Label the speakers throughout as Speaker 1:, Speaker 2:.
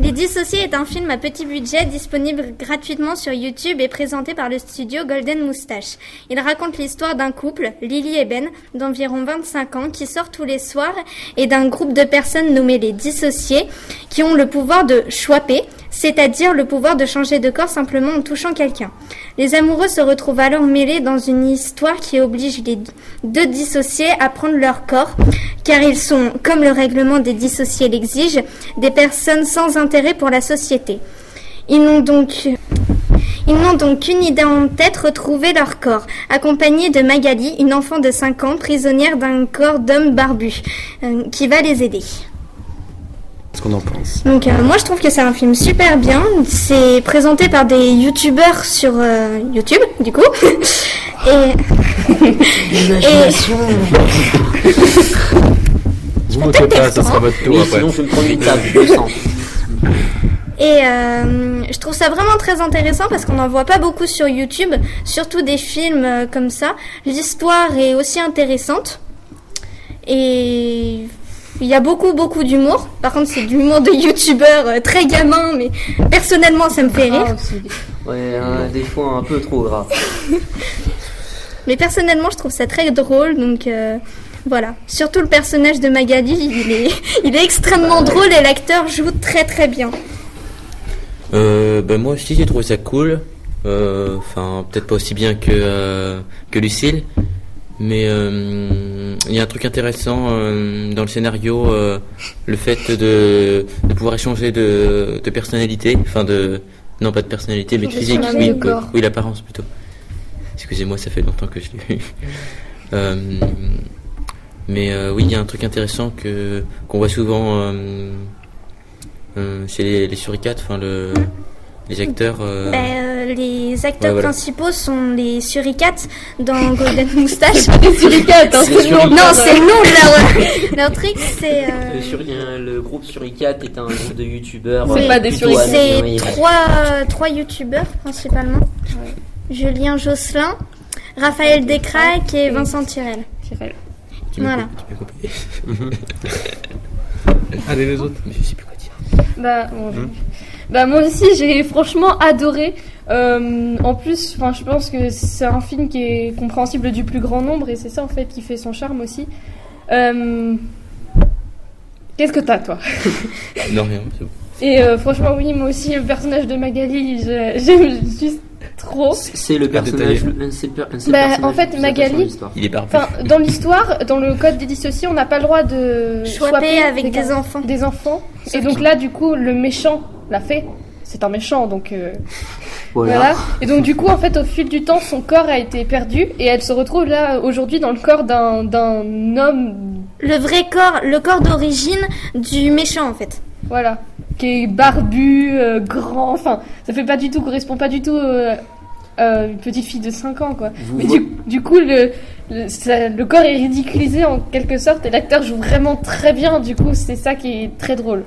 Speaker 1: Les Dissociés est un film à petit budget disponible gratuitement sur YouTube et présenté par le studio Golden Moustache. Il raconte l'histoire d'un couple, Lily et Ben, d'environ 25 ans, qui sort tous les soirs et d'un groupe de personnes nommées les Dissociés, qui ont le pouvoir de choper, c'est-à-dire le pouvoir de changer de corps simplement en touchant quelqu'un. Les amoureux se retrouvent alors mêlés dans une histoire qui oblige les deux dissociés à prendre leur corps, car ils sont, comme le règlement des dissociés l'exige, des personnes sans intérêt pour la société. Ils n'ont donc ils n'ont donc qu'une idée en tête, retrouver leur corps, accompagnés de Magali, une enfant de 5 ans, prisonnière d'un corps d'homme barbu, euh, qui va les aider.
Speaker 2: Qu'est-ce qu'on en pense
Speaker 1: Donc euh, moi je trouve que c'est un film super bien. C'est présenté par des youtubeurs sur euh, YouTube du coup. et
Speaker 3: L'imagination.
Speaker 2: Vous moquez pas, ça sera votre tour
Speaker 3: Oui,
Speaker 2: après.
Speaker 3: sinon je vais me prendre une table, je le sens.
Speaker 1: et euh, je trouve ça vraiment très intéressant parce qu'on n'en voit pas beaucoup sur YouTube, surtout des films euh, comme ça. L'histoire est aussi intéressante et il y a beaucoup beaucoup d'humour. Par contre c'est de l'humour de youtubeurs euh, très gamin mais personnellement ça me fait rire.
Speaker 3: Ouais, un- des fois un peu trop grave.
Speaker 1: Mais personnellement, je trouve ça très drôle, donc euh, voilà. Surtout le personnage de Magali, il est, il est extrêmement drôle et l'acteur joue très très bien.
Speaker 4: Euh, ben moi aussi j'ai trouvé ça cool. Euh, Enfin, peut-être pas aussi bien que, euh, que Lucille, mais euh, il y a un truc intéressant euh, dans le scénario, euh, le fait de, de pouvoir échanger de, de personnalité, enfin de non pas de personnalité mais de
Speaker 5: Changer son
Speaker 4: physique,
Speaker 5: âme et
Speaker 4: oui,
Speaker 5: de corps.
Speaker 4: oui l'apparence plutôt. Excusez-moi, ça fait longtemps que je l'ai eu. Euh, mais euh, oui, il y a un truc intéressant que qu'on voit souvent euh, euh, chez les, les suricates, enfin le, les acteurs. euh,
Speaker 1: Ben, euh, les acteurs
Speaker 4: Ouais, voilà.
Speaker 1: principaux sont les suricates dans Golden Moustache.
Speaker 5: Suricates, hein,
Speaker 3: Les
Speaker 5: c'est le nom.
Speaker 1: non, c'est non leur, leur truc, c'est euh,
Speaker 3: Le, sur- euh, le groupe Suricat est un groupe de youtubeurs.
Speaker 5: C'est
Speaker 3: euh,
Speaker 5: pas des
Speaker 3: plutôt
Speaker 5: suricates.
Speaker 3: anonymes.
Speaker 1: c'est trois trois youtubeurs principalement. Julien Josselin, Raphaël Descraques et Vincent Tirel.
Speaker 4: tu m'as
Speaker 1: voilà.
Speaker 4: coupé- tu m'as coupé.
Speaker 2: Allez, les autres.
Speaker 4: Mais je sais plus quoi dire.
Speaker 5: Bah, bon, je- bah, moi aussi j'ai franchement adoré. Euh, en plus, enfin, je pense que c'est un film qui est compréhensible du plus grand nombre et c'est ça en fait qui fait son charme aussi. Euh, Qu'est-ce que t'as toi
Speaker 4: Non rien. c'est bon.
Speaker 5: Et euh, franchement oui, moi aussi le personnage de Magali, je- j'aime juste trop.
Speaker 3: C'est le personnage. le- C'est le per- c'est le
Speaker 5: Bah,
Speaker 3: personnage
Speaker 5: en fait,
Speaker 3: le plus
Speaker 5: Magali-
Speaker 3: attachant de l'histoire.
Speaker 4: Il est barbu.
Speaker 5: Enfin, dans l'histoire, dans le code des dissociés, on n'a pas le droit de
Speaker 1: Choper avec des enfants.
Speaker 5: des enfants.
Speaker 1: Sauf
Speaker 5: Et donc là, du coup, le méchant l'a fait. C'est un méchant, donc euh,
Speaker 3: Voilà.
Speaker 5: voilà. Et donc du coup, en fait, au fil du temps, son corps a été perdu et elle se retrouve là aujourd'hui dans le corps d'un d'un homme,
Speaker 1: Le vrai corps, le corps d'origine du méchant en fait.
Speaker 5: voilà, qui est barbu, euh, grand. Enfin, ça fait pas du tout correspond pas du tout euh, euh, une petite fille de 5 ans, quoi.
Speaker 3: Vous-
Speaker 5: Mais du, du coup, le, le, ça- le corps est ridiculisé en quelque sorte et l'acteur joue vraiment très bien. Du coup, c'est ça qui est très drôle.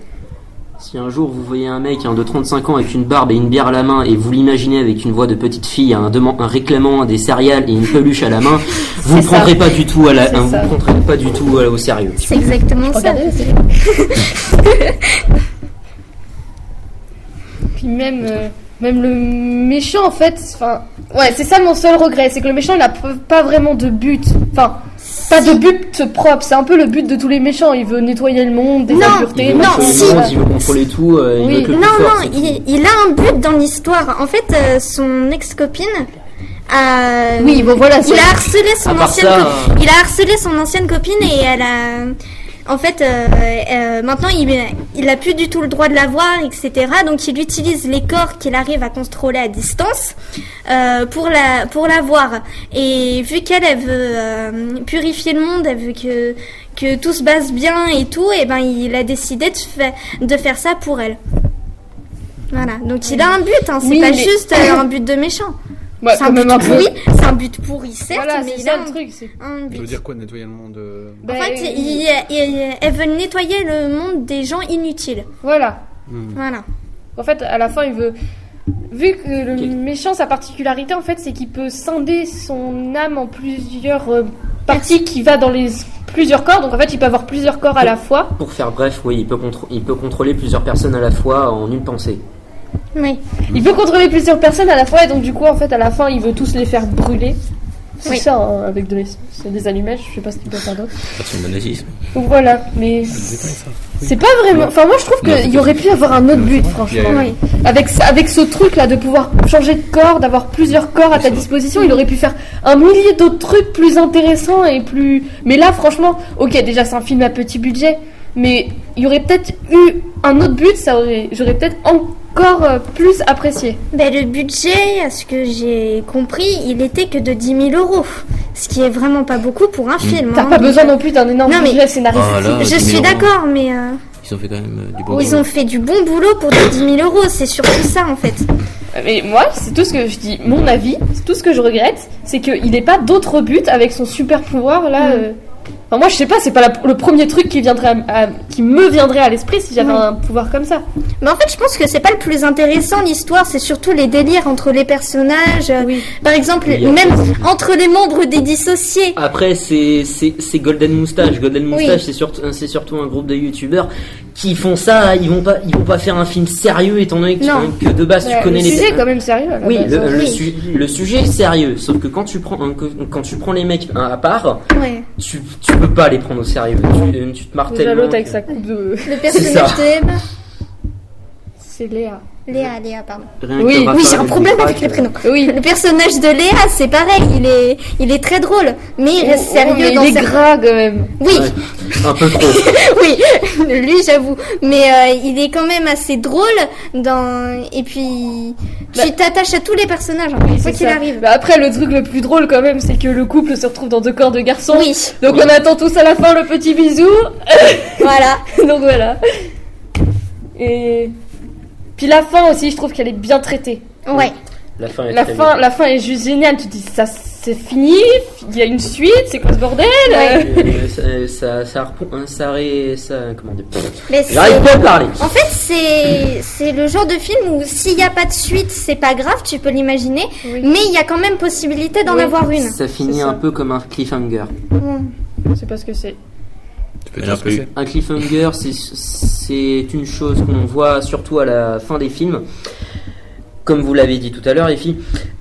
Speaker 3: Si un jour vous voyez un mec hein, de 35 ans avec une barbe et une bière à la main et vous l'imaginez avec une voix de petite fille, un, deman- un réclamant des céréales et une peluche à la main, vous ne
Speaker 5: ça.
Speaker 3: prendrez pas du tout à la,
Speaker 5: C'est
Speaker 3: hein, vous
Speaker 5: ça.
Speaker 3: prendrez pas du tout euh, au sérieux.
Speaker 1: C'est exactement ça.
Speaker 5: Regardez, c'est- Puis même, euh, même le méchant, en fait, enfin, ouais, c'est ça mon seul regret, c'est que le méchant, il a p- pas vraiment de but, enfin, pas de but propre, c'est un peu le but de tous les méchants, il veut nettoyer le monde, des
Speaker 1: Non,
Speaker 5: impuretés,
Speaker 3: Il veut
Speaker 1: non,
Speaker 3: contrôler
Speaker 1: si.
Speaker 3: le monde, il veut contrôler tout, euh, il
Speaker 5: Oui.
Speaker 3: veut que le plus
Speaker 1: Non,
Speaker 3: fort,
Speaker 1: non,
Speaker 3: c'est tout.
Speaker 1: il, il a un but dans l'histoire. En fait, euh, son ex-copine a.
Speaker 5: Oui, bon, voilà, c'est-
Speaker 1: Il a harcelé
Speaker 3: À
Speaker 1: son
Speaker 3: part
Speaker 1: ancienne.
Speaker 3: ça,
Speaker 1: co- Il a harcelé son ancienne copine et elle a. En fait, euh, euh, maintenant, il, il a plus du tout le droit de la voir, etc. Donc, il utilise les corps qu'il arrive à contrôler à distance euh, pour la pour la voir. Et vu qu'elle elle veut euh, purifier le monde, elle veut que que tout se passe bien et tout, et ben, il a décidé de, fa- de faire ça pour elle. Voilà. Donc, il a un but. Hein, c'est
Speaker 5: Oui,
Speaker 1: pas
Speaker 5: mais-
Speaker 1: juste euh, un but de méchant.
Speaker 5: Ouais,
Speaker 1: c'est un
Speaker 5: quand
Speaker 1: but
Speaker 5: même Bah, un peu.
Speaker 1: pourri. C'est un but pourri, certes,
Speaker 5: Voilà,
Speaker 1: mais
Speaker 5: c'est
Speaker 1: il a
Speaker 5: ça
Speaker 1: un,
Speaker 5: le truc, c'est...
Speaker 1: un
Speaker 2: Ça veut
Speaker 1: but.
Speaker 2: dire quoi, nettoyer le monde euh,
Speaker 1: En
Speaker 5: Ben,
Speaker 1: fait, il- il- elles veulent nettoyer le monde des gens inutiles.
Speaker 5: Voilà.
Speaker 2: Hmm,
Speaker 1: Voilà.
Speaker 5: En fait, à la fin, il veut. Vu que le
Speaker 3: Ok.
Speaker 5: méchant, sa particularité, en fait, c'est qu'il peut scinder son âme en plusieurs euh, partie qui va dans les plusieurs corps, donc en fait il peut avoir plusieurs corps à la fois.
Speaker 3: Pour faire bref, oui, il peut, contr- il peut contrôler plusieurs personnes à la fois en une pensée.
Speaker 1: Oui.
Speaker 5: Il peut contrôler plusieurs personnes à la fois et donc du coup en fait à la fin il veut tous les faire brûler. C'est
Speaker 1: Oui.
Speaker 5: ça, hein, avec de l'es- c'est des allumettes, je sais pas ce qu'il peut faire d'autre.
Speaker 4: C'est le nazisme.
Speaker 5: Donc voilà, Ah, mais c'est pas vraiment. Enfin, moi je trouve
Speaker 4: Non,
Speaker 5: qu'il y aurait pu avoir un autre but, franchement.
Speaker 2: Il y a
Speaker 1: eu-
Speaker 5: Avec, ce- avec ce truc là, de pouvoir changer de corps, d'avoir plusieurs corps à ta disposition, il aurait pu faire un millier d'autres trucs plus intéressants et plus. Mais là, franchement, ok, déjà c'est un film à petit budget, mais il y aurait peut-être eu un autre but, ça aurait, j'aurais peut-être encore euh, plus apprécié.
Speaker 1: Ben, le budget, à ce que j'ai compris, il était que de 10 000 euros. Ce qui est vraiment pas beaucoup pour un film.
Speaker 5: T'as
Speaker 1: hein.
Speaker 5: pas besoin non plus d'un énorme
Speaker 1: Non, mais-
Speaker 5: budget scénaristique.
Speaker 4: Ah, là,
Speaker 1: Je
Speaker 4: 10 000
Speaker 1: suis
Speaker 4: euros.
Speaker 1: d'accord, mais euh,
Speaker 4: Ils ont fait quand même euh, du bon
Speaker 1: Oh, ils
Speaker 4: boulot.
Speaker 1: ont fait du bon boulot pour des 10 000 euros. C'est surtout ça, en fait.
Speaker 5: Mais moi, c'est tout ce que je dis, mon avis, c'est tout ce que je regrette, c'est qu'il n'ait pas d'autre but avec son super pouvoir là.
Speaker 1: Mm.
Speaker 5: euh. Enfin, moi, je sais pas, c'est pas la- le premier truc qui, viendrait à- à- qui me viendrait à l'esprit si j'avais
Speaker 1: Oui.
Speaker 5: un pouvoir comme ça.
Speaker 1: Mais en fait, je pense que c'est pas le plus intéressant l'histoire, c'est surtout les délires entre les personnages. euh,
Speaker 5: Oui.
Speaker 1: Par exemple,
Speaker 3: Oui,
Speaker 1: même
Speaker 3: après-
Speaker 1: entre les membres des dissociés.
Speaker 3: Après, c'est c'est- c'est Golden Moustache. Golden
Speaker 1: Oui.
Speaker 3: Moustache, c'est surtout c'est surtout un groupe de youtubeurs qui font ça. Ils vont pas ils vont pas faire un film sérieux étant donné que,
Speaker 1: Non.
Speaker 3: que de base tu connais
Speaker 5: le
Speaker 3: les.
Speaker 5: sujet quand même sérieux. à la
Speaker 3: Oui,
Speaker 5: base,
Speaker 3: le,
Speaker 5: hein.
Speaker 3: le
Speaker 1: Oui.
Speaker 3: su- le sujet est sérieux. Sauf que quand tu prends un- quand tu prends les mecs hein, à à part,
Speaker 1: Ouais.
Speaker 3: tu, tu peux pas les prendre au sérieux. Tu, euh, tu te marres
Speaker 5: Déjà
Speaker 3: tellement
Speaker 5: l'autre avec
Speaker 3: que-
Speaker 5: sa coupe de.
Speaker 1: Le
Speaker 3: ça.
Speaker 1: personnage de Emma.
Speaker 5: C'est Léa.
Speaker 1: Léa, Léa, pardon.
Speaker 3: Rien que
Speaker 5: Oui,
Speaker 3: le
Speaker 1: Oui, j'ai
Speaker 3: rapport
Speaker 1: un
Speaker 3: de
Speaker 1: problème
Speaker 3: Tupac,
Speaker 1: avec les prénoms.
Speaker 5: Oui.
Speaker 1: Le personnage de Léa, c'est pareil, il est, il est très drôle, mais il reste
Speaker 5: Oh, oh,
Speaker 1: sérieux
Speaker 5: mais
Speaker 1: dans
Speaker 5: Il est
Speaker 1: sa...
Speaker 5: gras quand même.
Speaker 1: Oui,
Speaker 3: euh, Un peu trop.
Speaker 1: oui, lui j'avoue, mais euh, il est quand même assez drôle dans... Et puis, tu t'attaches à tous les personnages, hein, quoi
Speaker 5: C'est
Speaker 1: qu'il
Speaker 5: ça.
Speaker 1: arrive.
Speaker 5: Bah, après, le truc le plus drôle quand même, c'est que le couple se retrouve dans deux corps de garçons.
Speaker 1: Oui,
Speaker 5: Donc on attend tous à la fin le petit bisou.
Speaker 1: voilà.
Speaker 5: Donc voilà. Et puis la fin aussi, je trouve qu'elle est bien traitée.
Speaker 1: Ouais.
Speaker 3: La fin est
Speaker 5: La
Speaker 3: très
Speaker 5: fin,
Speaker 3: bien.
Speaker 5: la fin est juste géniale. Tu te dis ça, c'est fini. Il y a une suite. C'est quoi ce bordel
Speaker 1: Ouais.
Speaker 3: Euh, ça, ça, ça, repon- hein, ça, ré- ça- comment dire
Speaker 1: Mais c'est-
Speaker 3: J'arrive pas à parler.
Speaker 1: En fait, c'est c'est le genre de film où s'il n'y a pas de suite, c'est pas grave, tu peux l'imaginer,
Speaker 5: Oui.
Speaker 1: mais il y a quand même possibilité d'en
Speaker 5: Oui.
Speaker 1: avoir une.
Speaker 3: Ça finit
Speaker 5: C'est ça.
Speaker 3: un peu comme un cliffhanger.
Speaker 1: Mm.
Speaker 5: Je sais pas ce que c'est.
Speaker 2: Tu peux
Speaker 4: J'ai
Speaker 2: dire
Speaker 4: un
Speaker 2: ce
Speaker 4: peu
Speaker 2: que
Speaker 4: eu.
Speaker 2: c'est
Speaker 3: Un cliffhanger, c'est- c'est une chose qu'on voit surtout à la fin des films. Comme vous l'avez dit tout à l'heure, les filles,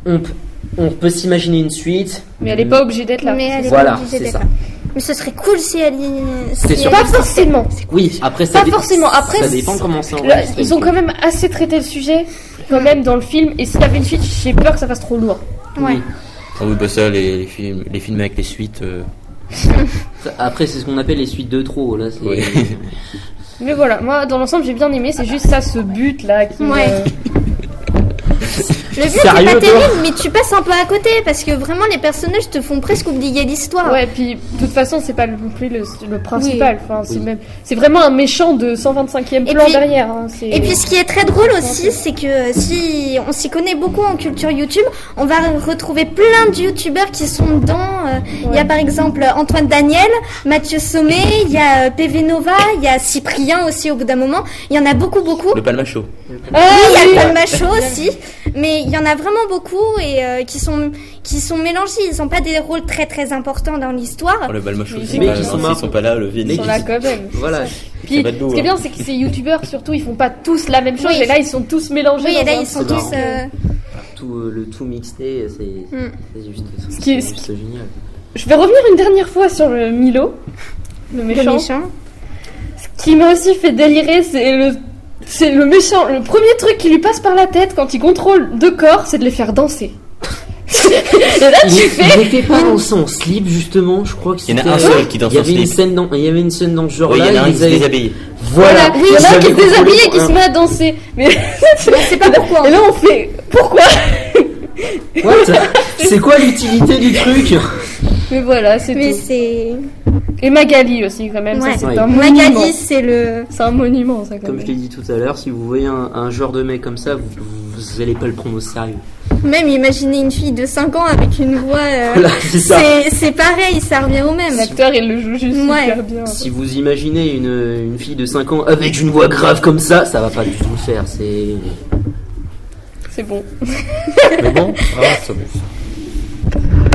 Speaker 3: on, p- on peut s'imaginer une suite.
Speaker 5: Mais elle est pas obligée d'être là.
Speaker 1: Mais elle est
Speaker 3: Voilà,
Speaker 1: pas obligée
Speaker 3: c'est
Speaker 1: d'être
Speaker 3: ça.
Speaker 1: là. Mais ce serait cool si elle y...
Speaker 3: C'est
Speaker 1: si
Speaker 3: sûr.
Speaker 1: elle-
Speaker 5: Pas forcément.
Speaker 3: Oui, après ça,
Speaker 5: Pas forcément, après,
Speaker 3: ça dépend comment ça.
Speaker 5: Là, ils ont quand même assez traité le sujet quand même dans le film. Et s'il y avait une suite, j'ai peur que ça fasse trop lourd.
Speaker 1: Ouais.
Speaker 3: Oui.
Speaker 4: Ah oui, bah ça, les, les films, les films avec les suites. euh,
Speaker 3: Ça- Après, c'est ce qu'on appelle les suites de trop. Là, c'est-
Speaker 4: Oui.
Speaker 5: Mais voilà, moi dans l'ensemble j'ai bien aimé. C'est juste ça, ce but là qui. me-
Speaker 1: Ouais. Le but c'est
Speaker 3: Sérieux,
Speaker 1: pas
Speaker 3: toi
Speaker 1: terrible, mais tu passes un peu à côté parce que vraiment les personnages te font presque oublier l'histoire.
Speaker 5: Ouais, puis de toute façon, c'est pas le, le, le principal. Enfin, c'est
Speaker 3: Oui.
Speaker 5: même, c'est vraiment un méchant de 125e
Speaker 1: Et
Speaker 5: plan
Speaker 1: puis-
Speaker 5: derrière. hein, c'est-
Speaker 1: Et puis ce qui est très drôle aussi, c'est que euh, si on s'y connaît beaucoup en culture YouTube, on va retrouver plein de YouTubeurs qui sont dedans. Euh, Il y a
Speaker 5: Ouais.
Speaker 1: par exemple euh, Antoine Daniel, Mathieu Sommet, il y a euh, PV Nova, il y a Cyprien aussi au bout d'un moment. Il y en a beaucoup, beaucoup.
Speaker 4: le palmacho.
Speaker 5: Ah,
Speaker 1: Oui, il
Speaker 5: oui.
Speaker 1: y a Palma Show aussi, mais il y en a vraiment beaucoup et euh, qui sont qui sont mélangés. Ils n'ont pas des rôles très très importants dans l'histoire.
Speaker 4: Oh, le balmacho, ils
Speaker 5: Mais ils
Speaker 4: sont, pas,
Speaker 3: sont
Speaker 4: s'ils
Speaker 3: marrants.
Speaker 4: sont pas là, le
Speaker 5: Ils
Speaker 4: Véné.
Speaker 5: sont là quand même.
Speaker 3: Voilà.
Speaker 5: Puis,
Speaker 4: pas de nous,
Speaker 5: ce qui est
Speaker 4: hein.
Speaker 5: bien, c'est que ces youtubeurs, surtout, ils font pas tous la même chose,
Speaker 1: Oui.
Speaker 5: mais là, ils sont tous mélangés.
Speaker 1: Oui, et
Speaker 5: dans
Speaker 1: là
Speaker 5: un
Speaker 1: ils sont
Speaker 5: truc,
Speaker 1: tous.
Speaker 5: euh,
Speaker 1: euh,
Speaker 3: Tout, euh, le tout mixé, c'est
Speaker 1: Hmm.
Speaker 3: c'est juste,
Speaker 5: Mm. Ce
Speaker 3: c'est
Speaker 5: qui est-
Speaker 3: juste génial.
Speaker 5: Je vais revenir une dernière fois sur le Milo, le
Speaker 1: le
Speaker 5: méchant.
Speaker 1: méchant.
Speaker 5: Ce qui m'a aussi fait délirer, c'est le. C'est le méchant, le premier truc qui lui passe par la tête quand il contrôle deux corps, c'est de les faire danser. et là,
Speaker 3: Il,
Speaker 5: tu fais.
Speaker 3: il était pas dans son slip justement, je crois que
Speaker 4: Il y en a
Speaker 3: c'était-
Speaker 4: un seul qui est dans
Speaker 3: il y
Speaker 4: son
Speaker 3: avait une
Speaker 4: slip.
Speaker 3: scène dans il y avait une scène dans ce genre
Speaker 4: Oui, il y
Speaker 3: là,
Speaker 4: en a un
Speaker 3: ils
Speaker 4: qui se
Speaker 3: avaient-
Speaker 4: déshabille.
Speaker 3: voilà,
Speaker 5: Il y en a un
Speaker 3: ils
Speaker 5: qui est
Speaker 3: avaient
Speaker 5: déshabillé et
Speaker 3: contrôlé
Speaker 5: qui se
Speaker 3: pour
Speaker 5: met à danser. Mais
Speaker 1: C'est pas hein. pourquoi.
Speaker 5: Et là, on fait pourquoi
Speaker 3: un- What C'est quoi l'utilité du truc
Speaker 5: Mais voilà, c'est
Speaker 1: Mais
Speaker 5: tout.
Speaker 1: c'est.
Speaker 5: Et Magali aussi, quand même.
Speaker 1: Ouais.
Speaker 5: Ça, c'est
Speaker 3: Ouais.
Speaker 5: un monument.
Speaker 1: Magali, c'est le.
Speaker 5: C'est un monument, ça, quand
Speaker 3: Comme je l'ai
Speaker 5: même.
Speaker 3: dit tout à l'heure, si vous voyez un, un genre de mec comme ça, vous, vous allez pas le prendre au sérieux.
Speaker 1: Même imaginer une fille de 5 ans avec une voix.
Speaker 5: Ah,
Speaker 1: euh,
Speaker 3: Voilà, c'est ça.
Speaker 1: c'est c'est pareil, ça revient au même.
Speaker 5: L'acteur, il le joue juste
Speaker 1: Ouais.
Speaker 5: super bien.
Speaker 3: Si vous imaginez une, une fille de 5 ans avec une voix grave comme ça, ça va pas du tout le faire. C'est
Speaker 5: C'est bon.
Speaker 2: Mais bon, ah, ça, bon.